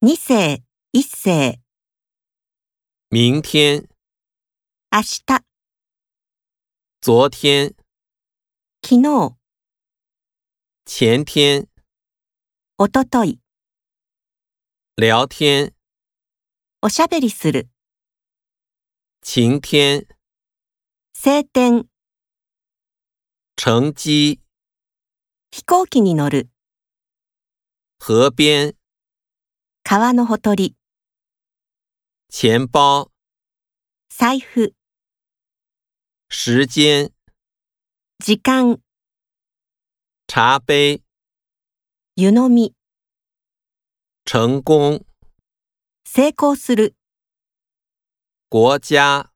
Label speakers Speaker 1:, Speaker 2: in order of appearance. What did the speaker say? Speaker 1: 二世、一世、
Speaker 2: 明天、
Speaker 1: 明日、
Speaker 2: 昨天、
Speaker 1: 昨日、
Speaker 2: 前天、
Speaker 1: おととい、
Speaker 2: 聊天、
Speaker 1: おしゃべりする、
Speaker 2: 晴天、
Speaker 1: 晴天、
Speaker 2: 乘机、
Speaker 1: 飛行機に乗る、
Speaker 2: 河边、
Speaker 1: 川のほとり、
Speaker 2: 钱包、
Speaker 1: 財布、
Speaker 2: 时间、
Speaker 1: 時間、
Speaker 2: 茶杯、
Speaker 1: 湯飲み、
Speaker 2: 成功、
Speaker 1: 成功する。
Speaker 2: 国家。